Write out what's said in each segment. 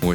我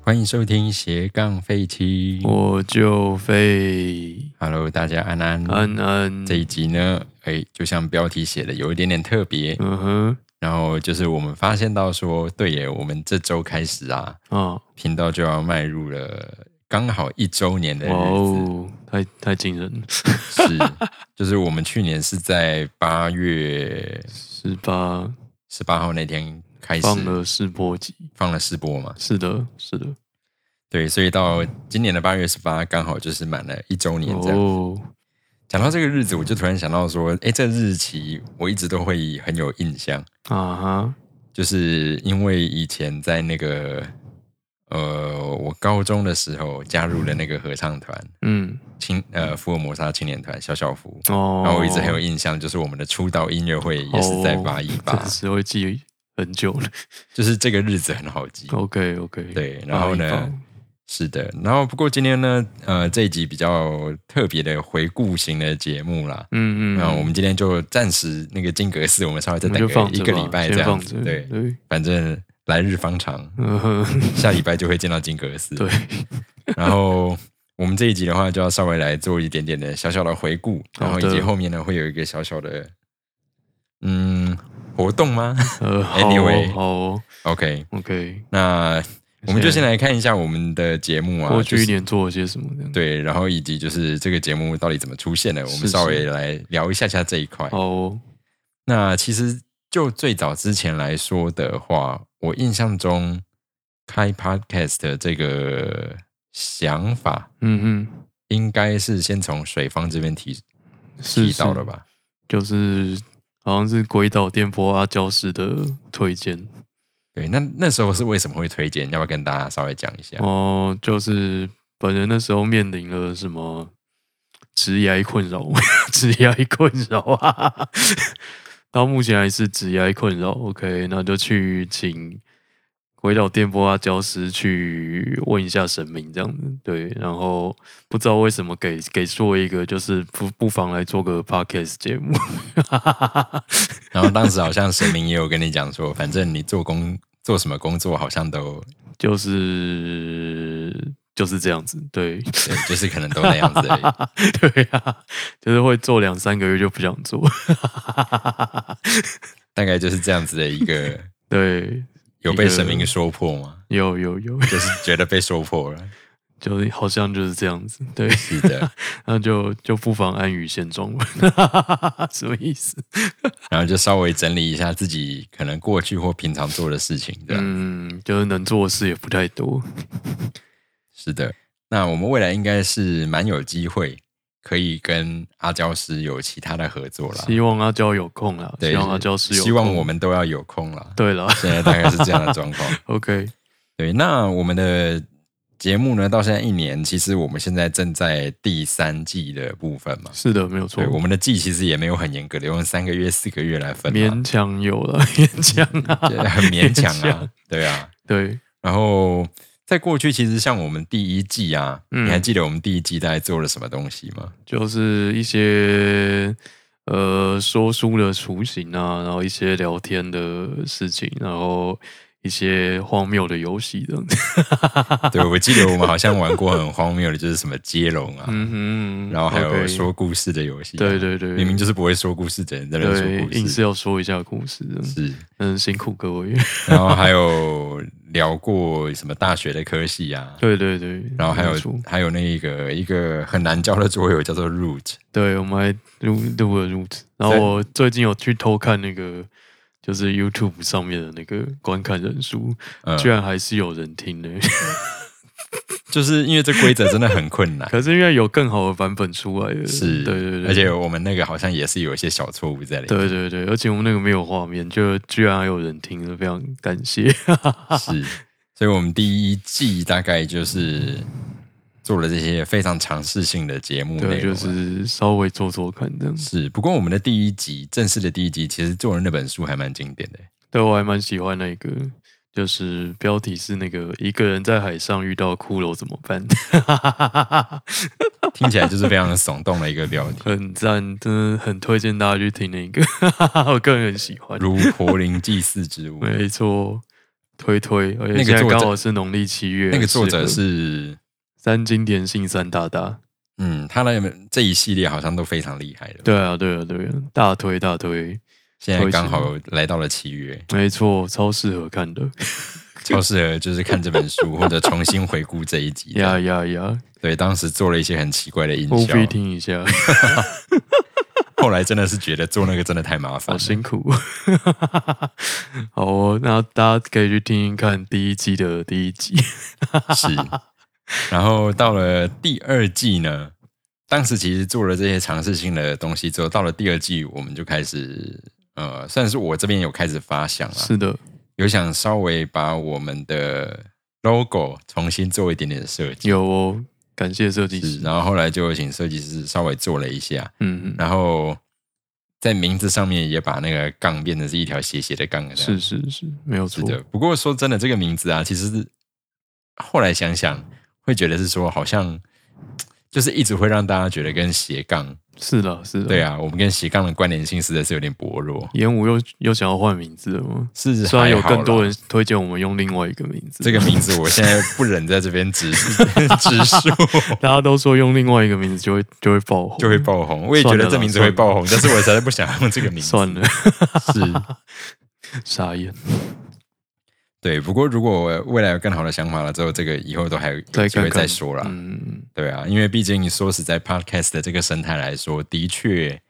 欢迎收听斜杠废七我就飞，Hello，大家安安。安安，这一集呢，哎，就像标题写的有一点点特别，嗯然后就是我们发现到说，对耶，我们这周开始啊，哼啊，频道就要迈入了刚好一周年的日哇子，哦，太太惊人了，是， 就是我们去年是在八月十八十八号那天开始放了试播集，放了试播嘛，是的，是的，对，所以到今年的八月十八，刚好就是满了一周年这样。哦，讲到这个日子，我就突然想到说，哎，这日期我一直都会很有印象，啊哈，就是因为以前在那个呃，我高中的时候加入了那个合唱团。嗯，青呃福尔摩沙青年团小小福，哦，哦然后我一直很有印象，就是我们的出道音乐会也是在八一八 真，是会记很久了。就是这个日子很好记。 OK OK，对，然后呢， 188？是的，然后不过今天呢，呃，这一集比较特别的回顾型的节目啦。嗯嗯，那我们今天就暂时那个金格寺，我们稍微再我们等就个放一着个吧礼拜先这样放子着，对，对，反正来日方长，嗯哼， 下礼拜就会见到金格寺。对，然后我们这一集的话，就要稍微来做一点点的小小的回顾，好然的后以及后面呢会有一个小小的嗯活动吗 呃，好哦 Anyway 好哦？OK， ，OK，那我们就先来看一下我们的节目啊，过就去一是年做了些什么这样？，对，然后以及就是这个节目到底怎么出现的，我是们稍微来聊一下下这一块。好哦，那其实就最早之前来说的话，我印象中开 Podcast 的这个想法，嗯嗯，应该是先从水方这边提是提到是的吧？就是好像是鬼岛电波阿娇师的推荐对，那那时候是为什么会推荐？要不要跟大家稍微讲一下？哦，就是本人那时候面临了什么职业困扰， 职业困扰啊，到目前还是职业困扰。OK，那就去请回到电波啊，教师去问一下神明这样子。对，然后不知道为什么给给做一个，就是不不妨来做个 podcast 节目。 然后当时好像神明也有跟你讲说，反正你做工做什么工作，好像都就是就是这样子，对 对，就是可能都那样子而已。对啊，就是会做两三个月就不想做，大概就是这样子的一个，对，有被神明说破吗？ 有有有，就是觉得被说破 了。就是好像就是这样子，对，是的， 那就就不妨安于现状吧， 什么意思？然后就稍微整理一下自己可能过去或平常做的事情，对吧？嗯，就是能做的事也不太多，是的，那我们未来应该是蛮有机会可以跟阿娇师有其他的合作啦。希望阿娇有空啦，啊对希望阿娇是有空，希望我们都要有空啦。对啦现在大概是这样的状况。 OK，对，那我们的节目呢，到现在一年，其实我们现在正在第三季的部分嘛。是的，没有错对，，我们的季其实也没有很严格的，用三个月、四个月来分嘛，勉强有了，勉强 对啊，很勉强 勉啊强。对啊，对，然后在过去，其实像我们第一季啊，嗯你还记得我们第一季大概做了什么东西吗？ 就是一些呃说书的雏形啊，然后一些聊天的事情，然后一些荒谬的游戏这样子。对，我记得我们好像玩过很荒谬的，就是什么接龙啊，嗯哼，然后还有 OK 说故事的游戏啊、对对对，明明就是不会说故事的人在那对说，故硬是事，要说一下故事这样子。是。嗯，辛苦各位。 然后还有聊过什么大学的科系啊， 对对对，然后还没错有还有那个一个很难教的桌游叫做 Root，对，我们还录录了 root，然后在我最近有去偷看那个。就是 YouTube 上面的那个观看人数，嗯居，然还是有人听呢、 就是因为这规则真的很困难，可是因为有更好的版本出来了，是，嗯对对对，而且我们那个好像也是有一些小错误在里面，对对对，而且我们那个没有画面，就居然还有人听，非常感谢。是，所以我们第一季大概就是做了这些非常尝试性的节目内对，容就啊。是稍微做做看这样子。是，不过我们的第一集正式的第一集，其实做的那本书还蛮经典的。对我还蛮喜欢那个，就是标题是那个一个人在海上遇到骷髅怎么办，，听起来就是非常耸动的一个标题 很赞，真的很推荐大家去听那个， 我个人很喜欢。如柏林祭祀之物。没错，推推，而那个且现在作者刚好是农历七月，那个作者很适合是，三经典性三大大，嗯，他的这一系列好像都非常厉害的。，对啊，对啊，对啊，大推大推，现在刚好来到了七月，没错，超适合看的，超适合就是看这本书或者重新回顾这一集。 呀呀呀，对，当时做了一些很啊奇怪的音务效，必听一下，后来真的是觉得做那个真的太麻烦好了。辛苦， 好哦，那大家可以去听听看第一季的第一集，啊是。然后到了第二季呢，当时其实做了这些尝试性的东西之后，到了第二季，我们就开始呃，算是我这边有开始发想了，是的，有想稍微把我们的 logo 重新做一点点设计。有哦，感谢设计是师，然后后来就请设计师稍微做了一下，嗯，然后在名字上面也把那个杠变成是一条斜斜的杠这样。是是是，没有是错，的，不过说真的，这个名字啊，其实是后来想想会觉得是说，好像就是一直会让大家觉得跟斜杠，是啦是啦，对，啊，我们跟斜杠的关联性实在是有点薄弱，演武又又想要换名字了吗？是虽然有更多人。人推荐我们用另外一个名字，这 个名字我现在不忍在这边直直述，大家都说用另外一个名字就会就会爆红，就会爆红。我也觉得这名字会爆红，但是我实在不想用这个名字。算了， 是，傻眼，对。不过如果我未来有更好的想法了之后，这个以后都还有机再看会看再说啦。嗯，对啊，因为毕竟说实在，podcast 的这个生态来说，的确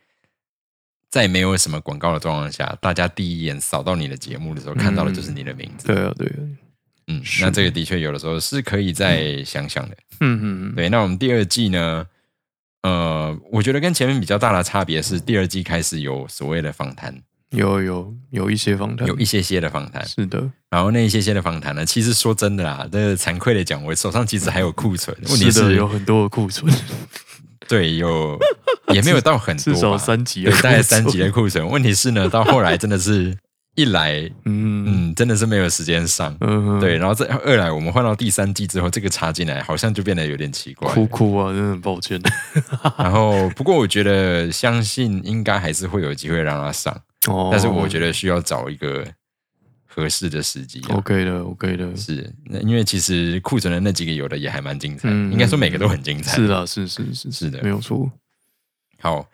在没有什么广告的状况下，大家第一眼扫到你的节目的时候，看到的就是你的名字。对啊，对啊，嗯，是那这个的确有的时候是可以再想想的。嗯嗯，嗯对，那我们第二季呢？呃，我觉得跟前面比较大的差别是，第二季开始有所谓的访谈，有有有一些访谈，有一些些的访谈，嗯是的，然后那一些些的访谈呢，其实说真的啦，这惭愧的讲，我手上其实还有库 存，问题是的，是有很多的 库存，对，有也没有到很多 至吧，少三啊级的对，库大存，概三级的库存。问题是呢，到后来真的 是一来，嗯，嗯嗯，真的是没有时间上。嗯，对，，然后再二来，我们换到第三季之后，这个插进来好像就变得有点奇怪。哭哭啊，真的很抱歉然后，不过我觉得，相信应该还是会有机会让它上，哦， 但是我觉得需要找一个合适的时机啊、 OK 的，OK 的，是，那因为其实库存的那几个有的也还蛮精彩的，嗯应该说每个都很精彩。是啦，是是是是的没有错，好，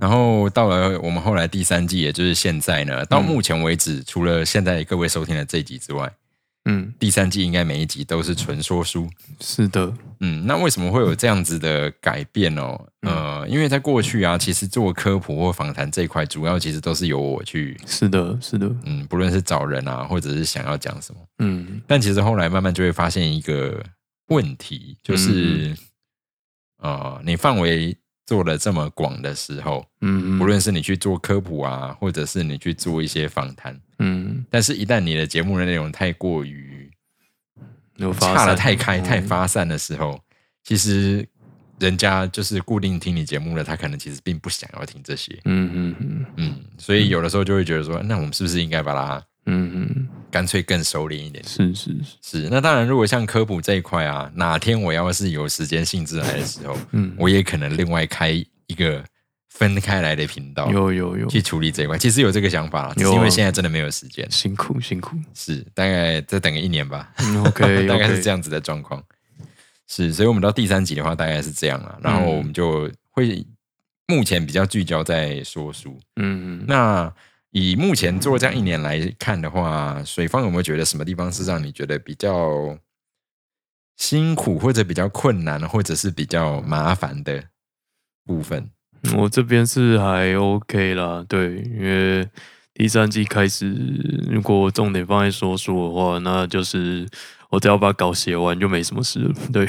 然后到了我们后来第三季，也就是现在呢，到目前为止，除了现在各位收听的这一集之外，嗯，第三季应该每一集都是纯说书。是的，嗯，那为什么会有这样子的改变哦？呃，因为在过去啊，其实做科普或访谈这一块，主要其实都是由我去，是的，是的，嗯，不论是找人啊，或者是想要讲什么，嗯，但其实后来慢慢就会发现一个问题，就是，呃，你范围做的这么广的时候，嗯，不论是你去做科普啊，或者是你去做一些访谈，嗯，但是一旦你的节目的内容太过于有发差的散太开、太嗯发散的时候，其实人家就是固定听你节目的，他可能其实并不想要听这些。嗯嗯嗯嗯，所以有的时候就会觉得说，那我们是不是应该把它嗯嗯，干脆更收敛一点？是是是，是，那当然，如果像科普这一块啊，哪天我要是有时间性致来的时候，嗯，我也可能另外开一个分开来的频道，有有有，去处理这一块。其实有这个想法啦，只是有啊因为现在真的没有时间，辛苦 辛苦是大概再等个一年吧，嗯 ，OK，大概是这样，样子的状况。是，所以我们到第三集的话，大概是这样嗯了。然后我们就会目前比较聚焦在说书。嗯，那以目前做这样一年来看的话，水方有没有觉得什么地方是让你觉得比较辛苦，或者比较困难，或者是比较麻烦的部分？我这边是还 OK 啦，对，因为第三季开始，如果我重点放在说书的话，那就是我只要把稿写完就没什么事了，对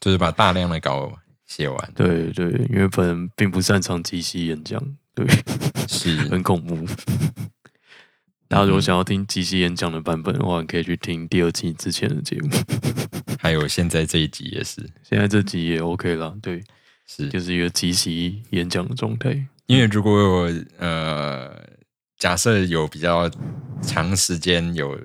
就是把大量的稿写完，对对，因为本人 并不擅长即席演讲，对，是很恐怖，嗯大家如果想要听即席演讲的版本的话，你可以去听第二季之前的节目。 还有现在这一集也是，现在这集也 OK 啦，对，是就是一个即席演讲的状态。因为如果我呃，假设有比较长时间有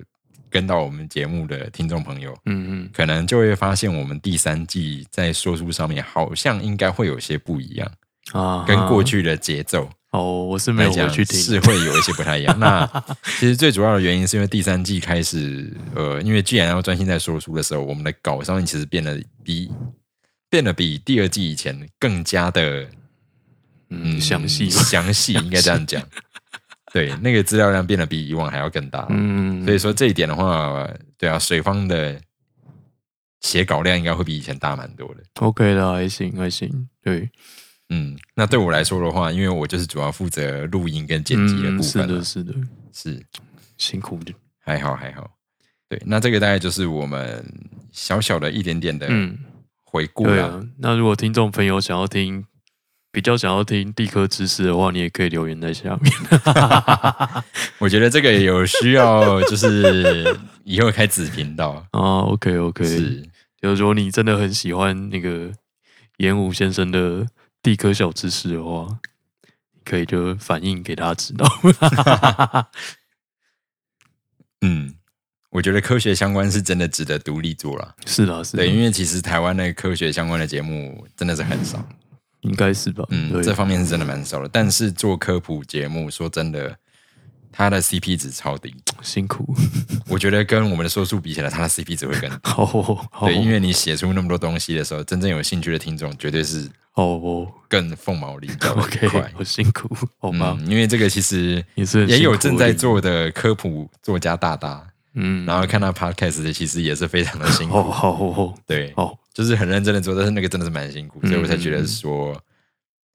跟到我们节目的听众朋友，嗯可能就会发现我们第三季在说书上面好像应该会有些不一样，嗯啊，跟过去的节奏哦，我 是没来有回讲去听，是会有一些不太一样。那其实最主要的原因是因为第三季开始，呃，因为既然要专心在说书的时候，我们的稿上面其实变得比变得比第二季以前更加的嗯，详细，详细应该这样 讲。对，那个资料量变得比以往还要更大。嗯，所以说这一点的话，对啊，水方的写稿量应该会比以前大蛮多的。 OK 啦，还行还行，对，嗯，那对我来说的话，因为我就是主要负责录音跟剪辑的嗯部是分啊的，了、是的，是辛苦的，还好还好。对，那这个大概就是我们小小的一点点的嗯，回顾对了、啊。那如果听众朋友想要听，比较想要听地科知识的话，你也可以留言在 下面。我觉得这个有需要，就是以后开子频道。 啊，OK OK，是，就是说你真的很喜欢那个严武先生的地科小知识的话，可以就反映给大家知道。 嗯，我觉得科学相关是真的值得独立做了。是啦，是啦，对，因为其实台湾的科学相关的节目真的是很少，应该是吧？嗯，对这方面是真的蛮少的。但是做科普节目，说真的，它的 CP 值超低，辛苦， 我觉得跟我们的说书比起来，它的 CP 值会更低。好哦好哦对，因为你写出那么多东西的时候，真正有兴趣的听众绝对是好哦更凤毛麟角的一 ，OK，块。嗯好辛苦，好吧，嗯，因为这个其实也是很也有辛苦正在而已，做的科普作家大大，嗯，然后看他 podcast 的，其实也是非常的辛苦。好好哦，对，好，就是很认真的做，但是那个真的是蛮辛苦，所以我才觉嗯得说，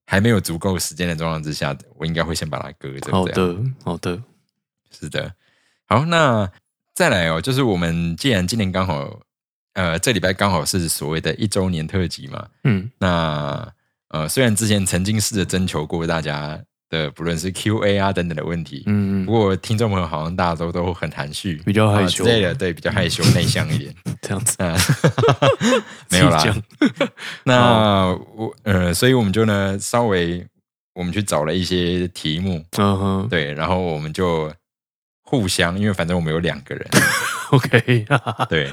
还没有足够时间的状况之下，我应该会先把它搁着。好这样，的，好的，是的。好，那再来哦，就是我们既然今年刚好，呃，这礼拜刚好是所谓的一周年特辑嘛，嗯，那呃，虽然之前曾经试着征求过大家的，不论是 Q&A 啊等等的问题，嗯不，过听众朋友好像大家都都很含蓄，比较害羞嗯啊之类的，对，比较害羞内向一 点。这样子啊，没有啦自己讲。那哦我呃，所以我们就呢稍微我们去找了一些题目，嗯哼对，然后我们就互相，因为反正我们有两个人， ，OK，哈哈哈对，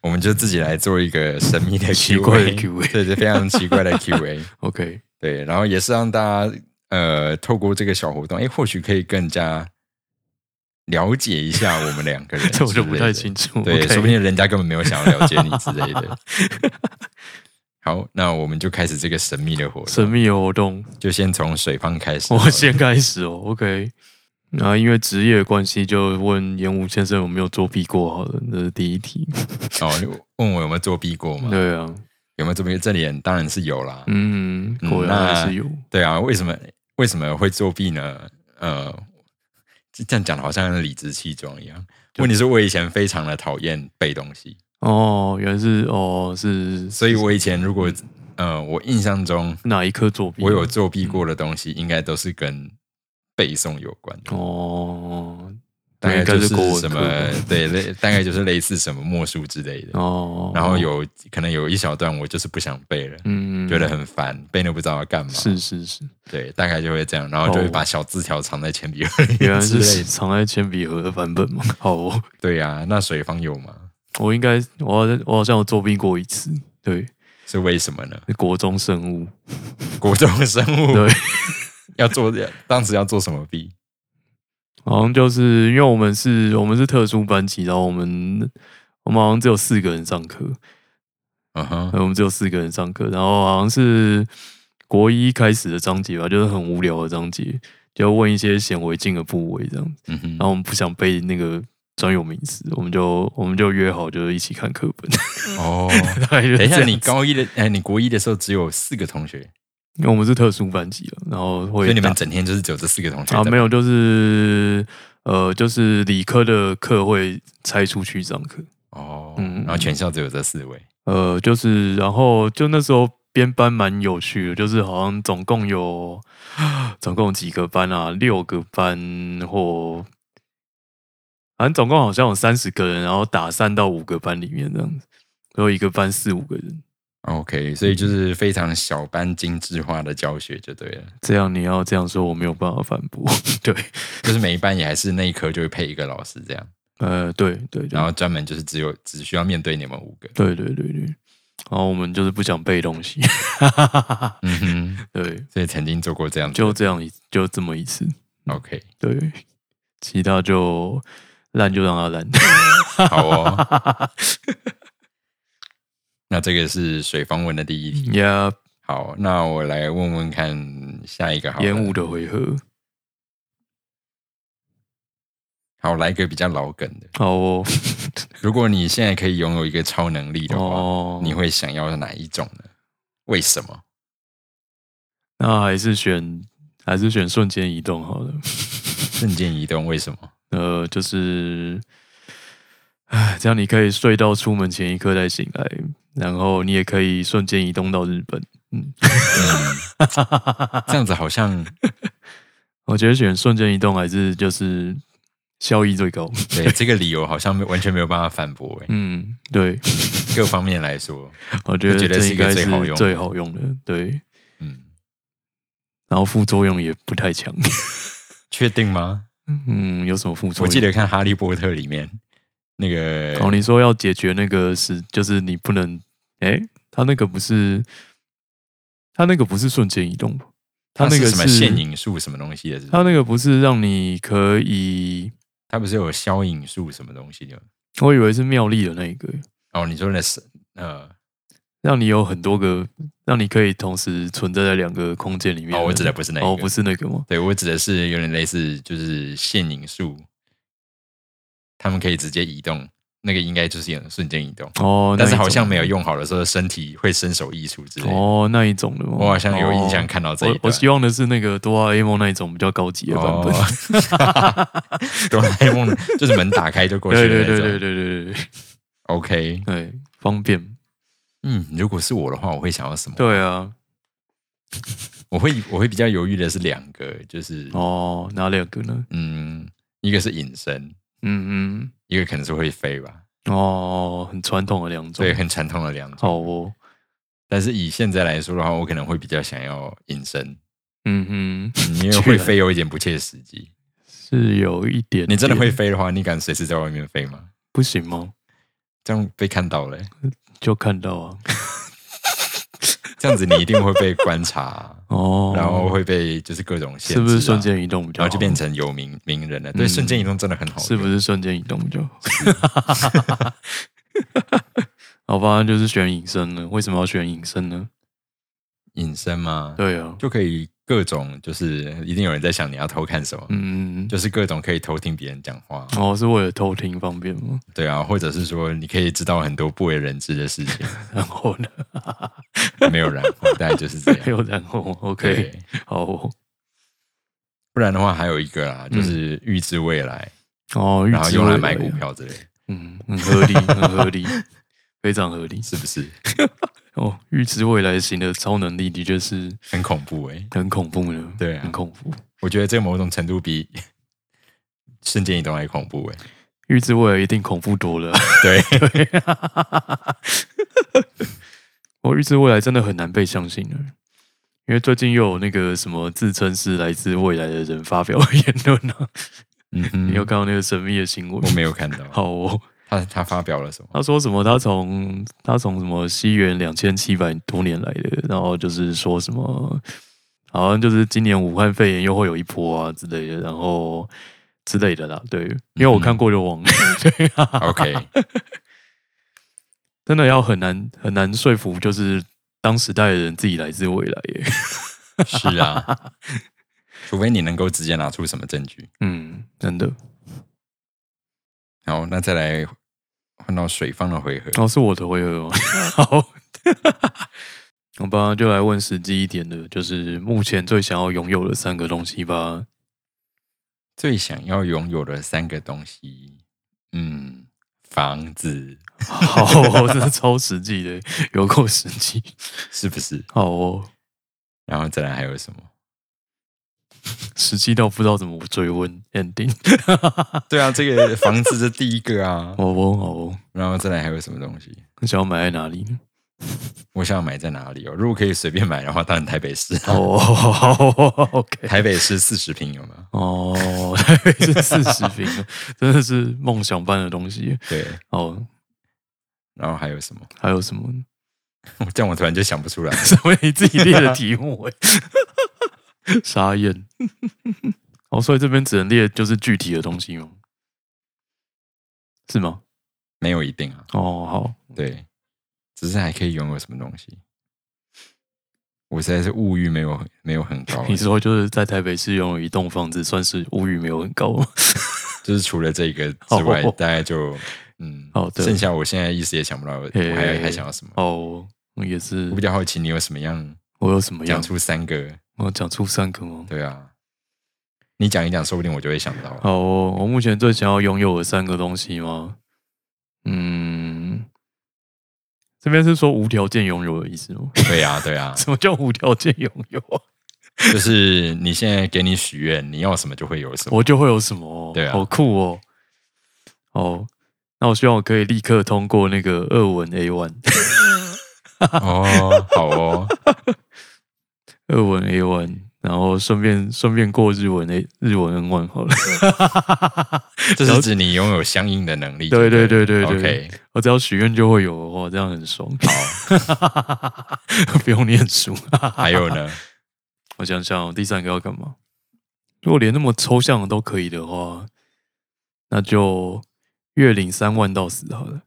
我们就自己来做一个神秘的 Q&A, 奇怪的 Q&A 对，是非常奇怪 的 Q&A， ，OK，对，然后也是让大家呃透过这个小活动，哎，或许可以更加了解一下我们两个人之类的，这我就不太清楚，对 OK 说不定人家根本没有想要了解你之类 的。好，那我们就开始这个神秘的活神动，啊秘的 活动，就先从水方开始好了。我先开始哦，OK。然后因为职业的关系，就问严武先生有没有作弊过好了，这是第一题。哦，你问我有没有作弊过吗？ 对啊，有没有作弊？这里当然是有啦。嗯，果然还是有。对啊，为什么为什么会作弊呢？呃，这样讲的好像理直气壮一样。问题是我以前非常的讨厌背东西，哦，原来是哦，是所以我以前如果呃，我印象中哪一科作弊？啊我有作弊过的东西，应该都是跟背诵有关的。哦，大概就是那应该是什国文么对类，大概就是类似什么魔术之类的。哦，然后有可能有一小段我就是不想背了，嗯，觉得很烦，背了不知道要干嘛。是 是是，对，大概就会这样，然后就会把小字条藏在铅笔盒里原来面之类是的。藏在铅笔盒的版本嘛。 好哦，对呀、那水方有吗？我应该我好像我好像有作弊过一次，对，是为什么呢？是国中 生物，国中生物对。要做，当时要做什么弊？好像就是因为我们是我们是特殊班级，然后我们我们好像只有四个人上课，嗯哼，对我们只有四个人上课，然后好像是国一开始的章节吧，就是很无聊的章节，就问一些显微镜的部位这样子，嗯哼，然后我们不想背那个专有名词，我们就我们就约好就是一起看课本， 哦，大概就是等一这下，样你子高一的，哎，你国一的时候只有四个同学，因为我们是特殊班级了，然后会所以你们打整天就是只有这四个同学 啊在没有就是呃就是理科的课会拆出去上课。哦，嗯然后全校只有这四位，呃，就是然后就那时候编班蛮有趣的，就是好像总共 有总共有几个班啊，六个班或反正总共好像有三十个人，然后打散到五个班里面这样子，然后一个班四五个人， OK，所以嗯就是非常小班精致化的教学就对了，这样你要这样说，我没有办法反驳。 对，就是每一班也还是那一科就会配一个老师这样，呃，对对，对然后专门就是只有只需要面对你们五个。对对对对，然后我们就是不想背东西， 嗯哼，对，所以曾经做过这样子就这样一就这么一次， OK，对，其他就烂就让它烂。好哦。 那这个是水方文的第一题。呀，好，那我来问问看下一个好了。烟雾的回合，好，来一个比较老梗的。好哦，如果你现在可以拥 有一个超能力的话，哦，你会想要哪一种呢？为什么？那还是选还是选瞬间移动好了。瞬间移动？为什 么？呃，就是，唉，这样你可以睡到出门前一刻再醒来，然后你也可以瞬间移动到日本。这样子好像我觉得选瞬间移动还是就是效益最高。对这个理由好像没完全没有办法反驳哎。嗯，对，各方面来说，我觉我觉得得这是一应个该最好是用最的好用的。对，嗯，然后副作用也不太强。确定吗？嗯，有什么副作我用？记得看《哈利波特》里面那个哦，你说要解决那个是，就是你不能，哎，他那个不是，他那个不是瞬间移动吧？他它那是个什么是现影术什么东西的是不是？他那个不是让你可以，它不是有消影术什么东西的？我以为是妙丽的那一个，哦，你说的是呃，让你有很多个，让你可以同时存在在两个空间里面。哦，我指的不是那一个，哦，不是那个吗？对我指的是有点类似就是现影术，他们可以直接移动，那个应该就是有瞬间移动，哦，那但是一种好像没有。用好的时候，身体会身手异术之类的。哦，那一种的吗？我好像有印象哦看到啊这一我我段。希望的是那个哆啦 A 梦那一种比较高级的版本。 哦哆啦 A 梦就是门打开就过去对的对那种。对对对对对 OK，对，方便。嗯，如果是我的话，我会想要什么？对啊，我会我会比较犹豫的是两个，就是哦，哪两个呢？嗯，一个是隐身，嗯一个可能是会飞吧，嗯，哦，很传统的两种。对，，很传统的两种。好哦，但是以现在来说的话，我可能会比较想要隐身，嗯哼，因为会飞有一点不切实际。是有一点点。你真的会飞的话，你敢随时在外面飞吗？不行吗？这样被看到了欸、就看到啊，这样子你一定会被观察啊、哦，然后会被就是各种限制、啊是不是瞬？间移动比较然好？后就变成有名名人了。对，嗯瞬间移动真的很好用，是不是瞬间移动比较好？ 好吧，就是选隐身了。为什么要选隐身呢？隐身吗？，对啊，就可以各种就是一定有人在想你要偷看什么，嗯，就是各种可以偷听别人讲话，哦，是为了偷听方便吗？ 对啊，或者是说你可以知道很多不为人知的事情， 然后呢？没有然后，大概就是这没样。 有然后对，OK，，好哦，不然的话还有一个啦，就是预知未来，嗯哦，预然后知用来未买来股啊，票之类的，嗯，很合理，很合理，非常合理。是不是哦，预知未来型的超能力的确是很恐怖哎、很恐怖呢，对啊很恐怖。我觉得这某种程度比 瞬间移动还恐怖哎、预知未来一定恐怖多了。 对，我哦预知未来真的很难被相信了，因为最近又有那个什么自称是来自未来的人发表 言论啊，嗯你有哼，看到那个神秘的新闻我？没有看到好哦，他他发表了什 么。他说什么？他从他从什么西元两千七百多年来的，然后就是说什么，好像就是今年武汉肺炎又会有一波啊之类的，然后之类的啦。对，因为我看过就忘了， OK，真的要很难很难说服，就是当时代的人自己来自未来耶。是 啊，除非你能够直接拿出什么证据。嗯， 真的。好，那再来换到水方的回合。哦，是我的回合哦。 好，好吧，就来问实际一点的，就是目前最想要拥有的三个东西吧。最想要拥有的三个东西，嗯，房子好、这是超实际的，有够实际。是不是？好哦，然后再来还有什么？实际到不知道怎么追问 ending。对啊，这个房子是第一个啊，好 哦，好哦，然后再来还有什么东西？你想要买在哪里呢？我想要买在哪里哦？如果可以随便买的话，当然台北市。啊哦好哦，OK，台北市四十平有吗？哦，台北是四十平，真的是梦想般的东西。对，哦，然后还有什么？ 还有什么呢？这样我突然就想不出 来。什么？你自己列的题目、欸？傻眼。哦，所以这边只能列就是具体的东西吗？是吗？没有一定啊，哦，好，对，只是还可以拥有什么东西。我实在是物欲没有没有很高，欸 你说就是在台北市拥有一栋房子，算是物欲没有很高 吗？就是除了这个之外，哦大概就嗯，好的剩下我现在一时也想不到，我嘿还还想要什么。哦，也是我比，较好奇你有什么样我有什么讲样？出三个？我讲出三个吗？对啊，你讲一讲，说不定我就会想到。好哦、我目前最想要拥有的三个东西吗？嗯，这边是说无条件拥有的意思吗？ 对啊，对啊，什么叫无条件拥有啊？就是你现在给你许愿，你要什么就会有什么。我就会有什么、哦？对啊好酷哦！哦，那我希望我可以立刻通过那个俄文 A one，哦，好哦，俄文 A one，然后顺便顺便过日文 A 日文 N one 好了。这了是解指你拥有相应的能力。对对对对对对 OK，我哦只要许愿就会有的话，这样很爽。 好，不用念书。啊还有呢？我想想哦，第三个要干嘛？如果连那么抽象的都可以的话，那就月领三万到死好了。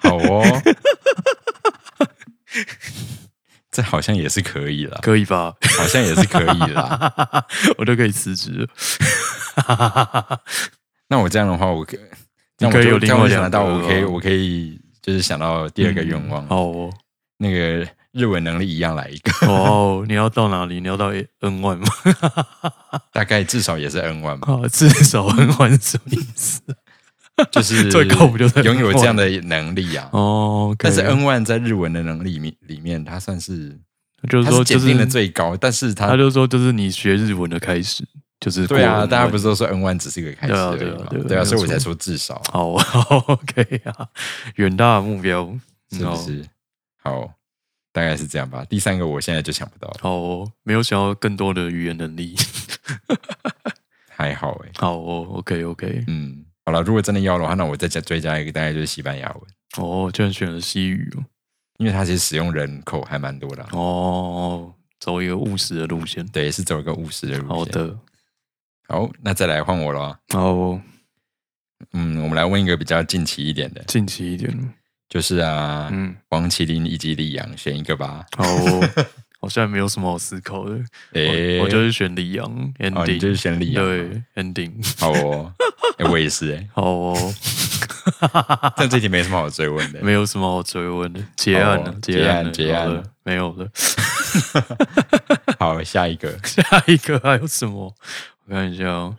好哦， 这好像也是可以啦，可以吧？ 好像也是可以啦。我都可以辞职了。那我这样的话，我可那我可以就有这样另外我想得两到，个我可以，哦我可以就是想到第二个愿望，好哦，那个日文能力一样来一个，哦，你要到哪里？你要到 N one 吗？ 大概至少也是 N 万吧，啊，至少 N one 是什么意思？ 就是最高不就是拥有 N1 这样的能力啊。哦，OK，但是 N 万在日文的能力里面里面，它算是就是它说是就检是定的最高，但是它他就说就是你学日文的开始，就是对啊，过大家不是是都说 N 万只是个开始对啊而已对啊嘛对啊对啊，没所以我错才说至少好哦 OK 啊，远大的目标是不？是？好，大概是这样吧。第三个我现在就想不到，好哦，没有想要更多的语言能力。还好哎、好哦，OK OK，嗯，好了，如果真的要的话，那我再加追加一个，大概就是西班牙文，哦，居然选了西语哦因为它其实使用人口还蛮多的啊、哦，走一个务实的路线。对，是走一个务实的路线。好，的，好，那再来换我了啊。好哦，嗯，我们来问一个比较近期一点的，近期一点，就是啊，嗯，王麒麟以及李阳选一个吧。好哦，好像没有什么好思考的。诶、我我就是选李阳哦，你就是，ending，选李阳，啊对，ending， 好哦。诶我也是诶，好哦。但这题没什么好追问的。没有什么好追问的，结案了哦，结案了，结案好结了案，没有了。好，下一个。 下一个还有什么？我看一下哦。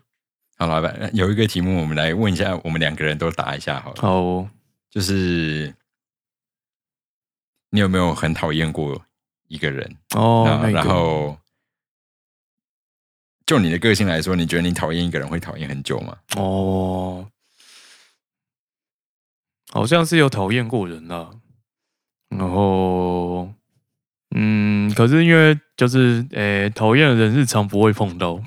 好，老板，有一个题目，我们来问一下，我们两个人都答一下好了。好哦，就是你有没有很讨厌过一个人？哦那那个然后就你的个性来说，你觉得你讨厌一个人会讨厌很久吗？哦，好像是有讨厌过人啦。然后，嗯，可是因为就是，诶，讨厌的人日常不会碰到，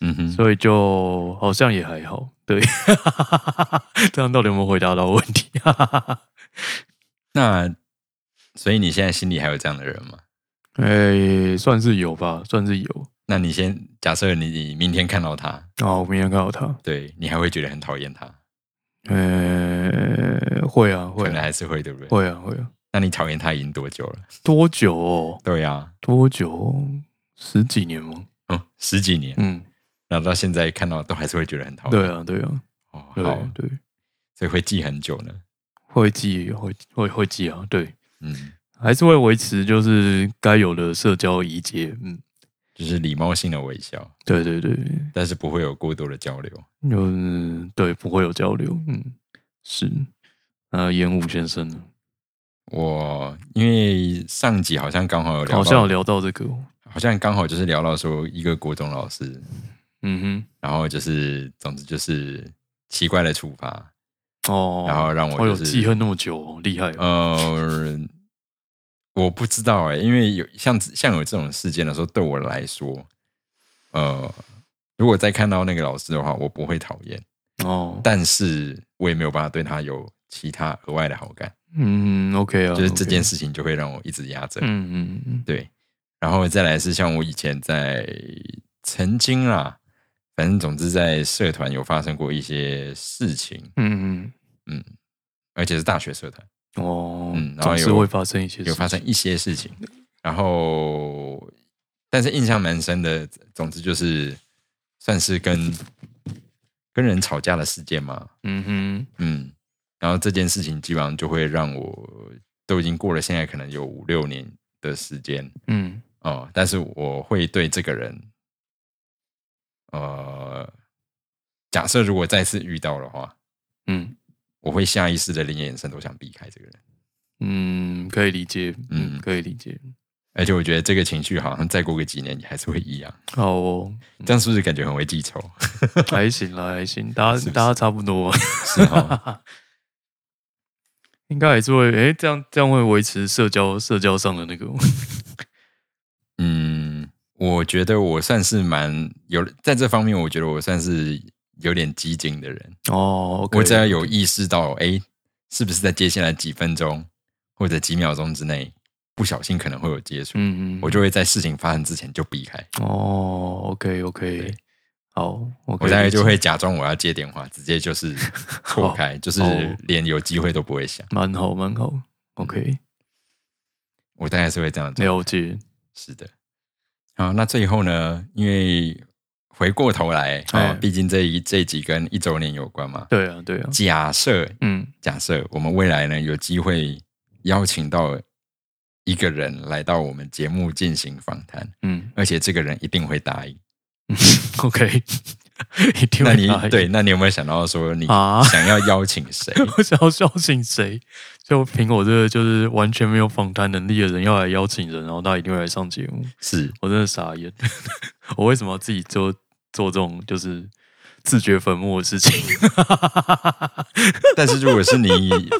嗯哼，所以就好像也还好。对， 这样到底有没有回答到问题？ 那所以你现在心里还有这样的人吗？诶，算是有吧，算是有。那你先假设你你明天看到他，哦，我明天看到他。对你还会觉得很讨厌他，呃，会啊，会可能啊，还是会，对不对？会啊，会啊。那你讨厌他已经多久了？多久哦？对呀、啊，多久哦？十几年吗？嗯，十几年，嗯，然后到现在看到都还是会觉得很讨厌。对啊，对啊，哦，对好，对，所以会记很久呢。会记，会会会记啊，对，嗯，还是会维持就是该有的社交仪节，嗯，就是礼貌性的微笑，对对对，但是不会有过多的交流。就是对，不会有交流，嗯，是。呃，演武先生呢？我因为上集好像刚好有聊好到，像有聊到这个哦，好像刚好就是聊到说一个国中老师，嗯然后就是总之就是奇怪的处罚，哼，哦，然后让我哎呦就是记恨那么久哦，厉害哦，呃，我不知道哎、因为有像像有这种事件的时候，对我来说，呃，如果再看到那个老师的话，我不会讨厌，哦，但是我也没有办法对他有其他额外的好感，嗯，OK 啊，就是这 OK 件，事情就会让我一直压着。嗯嗯嗯，对，然后再来是像我以前在曾经啦，反正总之在社团有发生过一些事情，嗯嗯，而且是大学社团，嗯，哦，嗯然后总是有会发生一些事情，有发生一些事情， 然后但是印象蛮深的，总之就是算是跟跟人吵架的事件嘛，嗯嗯，然后这件事情基本上就会让我都已经过了现在可能有五六年的时间，哼，嗯哦，但是我会对这个人，呃，假设如果再次遇到的话，嗯我会下意识的连眼神都想避开这个人，嗯，可以理解，嗯嗯，可以理解，而且我觉得这个情绪好像再过个几年也还是会一样，好哦，这样是不是感觉很会记仇？还行啦，还行，大是不家是大家差不多， 是哦， 应该还是会，诶，这样这样会维持社交社交上的那个，嗯，我觉得我算是蛮有在这方面，我觉得我算是有点激进的人， 哦，OK，我只要有意识到，哎，是不是在接下来几分钟或者几秒钟之内，不小心可能会有接触。嗯嗯，我就会在事情发生之前就避开，哦，OK 对 OK，好，我可我以大概理解就会假装我要接电话，直接就是 错开，就是哦连有机会都不会想。蛮好蛮好，OK，嗯我大概是会这样做，了解，是的。好，那最后呢？因为回过头来，哎哦，毕竟这一这一集跟一周年有关嘛。对啊对啊，假设嗯假设我们未来呢有机会邀请到一个人来到我们节目进行访谈，嗯而且这个人一定会答应。 ，OK，一定那会你答应对，那你有没有想到说你啊 想要邀请谁？ 我想要邀请谁？就凭我这个就是完全没有访谈能力的人要来邀请人，然后他一定会来上节目，是我真的傻眼。 我为什么要自己做做这种就是自掘坟墓的事情？ 但是如果是你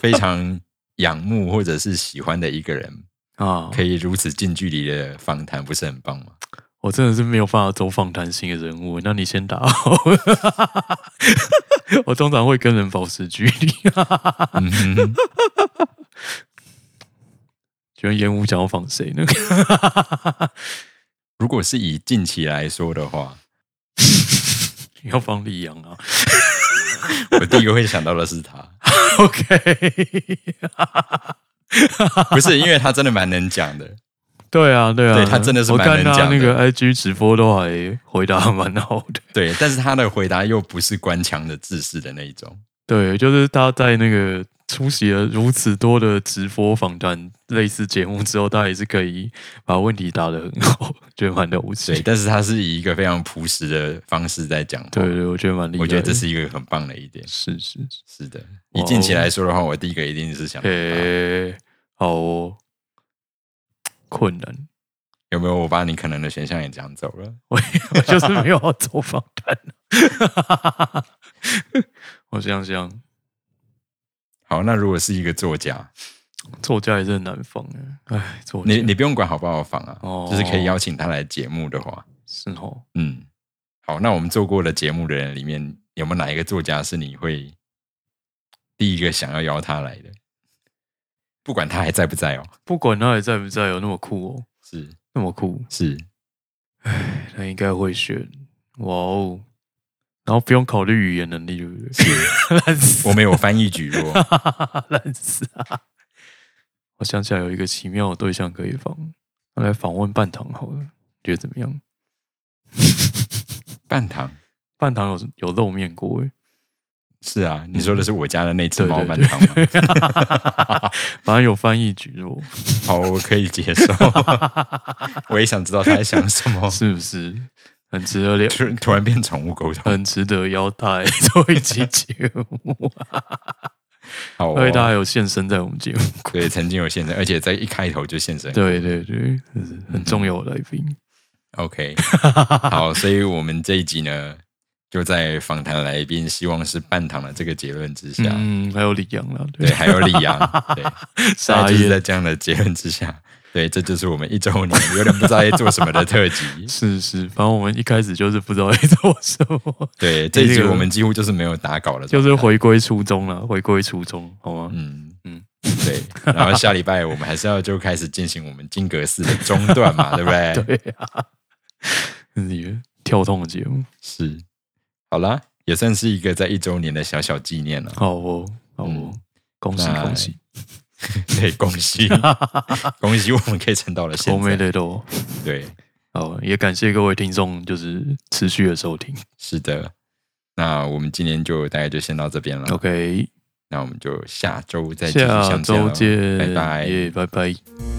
非常仰慕或者是喜欢的一个人，啊，可以如此近距离的访谈，不是很棒 吗？我真的是没有办法走访谈型的人物。那你先打好， 我通常会跟人保持距离。 嗯哼，请问烟雾想要访谁呢？ 如果是以近期来说的话，你要访李阳啊我第一个会想到的是他， ？OK，不是因为他真的蛮能讲的，对啊，对啊，对他真的是我蛮看能他讲的那个 IG 直播都还回答蛮好的。 对，但是他的回答又不是官腔的自私的那一种，对，就是他在那个出席了如此多的直播访谈类似节目之后，他也是可以把问题答得很好， 觉得蛮了不 对，起。但是他是以一个非常朴实的方式在讲话，对对，我觉得蛮厉害的。我觉得这是一个很棒的一点。是是是，是的，以哇哦近期来说的话，我第一个一定是想到他诶、哎好哦，困难， 有没有我把你可能的选项也讲走了。我我就是没有要做访谈。 我想想，好，那如果是一个作家，作家也是很难放哎，哎，作家你你不用管好不好放啊，哦就是可以邀请他来节目的话，是哦，嗯，好，那我们做过的节目的人里面，有没有哪一个作家是你会第一个想要邀他来的？不管他还在不在哦，不管他还在不在，有那么酷哦，是那么酷，是，他应该会选，哇哦，然后不用考虑语言能力，对不对？烂死，我们有翻译哦举弱， 烂死啊！我想起来有一个奇妙的对象可以访，我来访问半糖好了，觉得怎么样？半糖半糖有有露面过欸诶，是啊，你说的是我家的那只对猫嗯对半对糖吗？ 反正有翻译局哦，好，我可以接受， 我也想知道他在想什么，是不是很值得聊？突突然变宠物沟 通，很值得邀他来做一期节目，好、因为他还哦，有现身在我们节目过。对，曾经有现身，而且在一开头就现身，嗯对对对，就是很重要的来宾。 OK，好，所以我们这一集呢，就在访谈来宾希望是半糖的这个结论之下，嗯，还有李阳了，对，还有李 阳，对，大傻概就是眼，在这样的结论之下，对，这就是我们一周年有点不知道在做什么的特 辑。是是，反正我们一开始就是不知道在做什么，对，这一集哎这个我们几乎就是没有打稿了，就是回归初衷了，回归初衷，好吗？嗯嗯嗯，对。然后下礼拜我们还是要就开始进行我们金格寺的中断嘛，对不对？ 对啊，真是一个跳动的节目，是。好啦，也算是一个在一周年的小小纪念了。好哦，好哦，嗯恭喜那恭喜， 对，恭 喜恭喜，我们可以撑到了我现没在。得多。对，好，也感谢各位听众，就是持续的收听。是的。那我们今天就大概就先到这边了。 OK，那我们就下周再继续下相见周咯见，拜拜。耶，拜拜。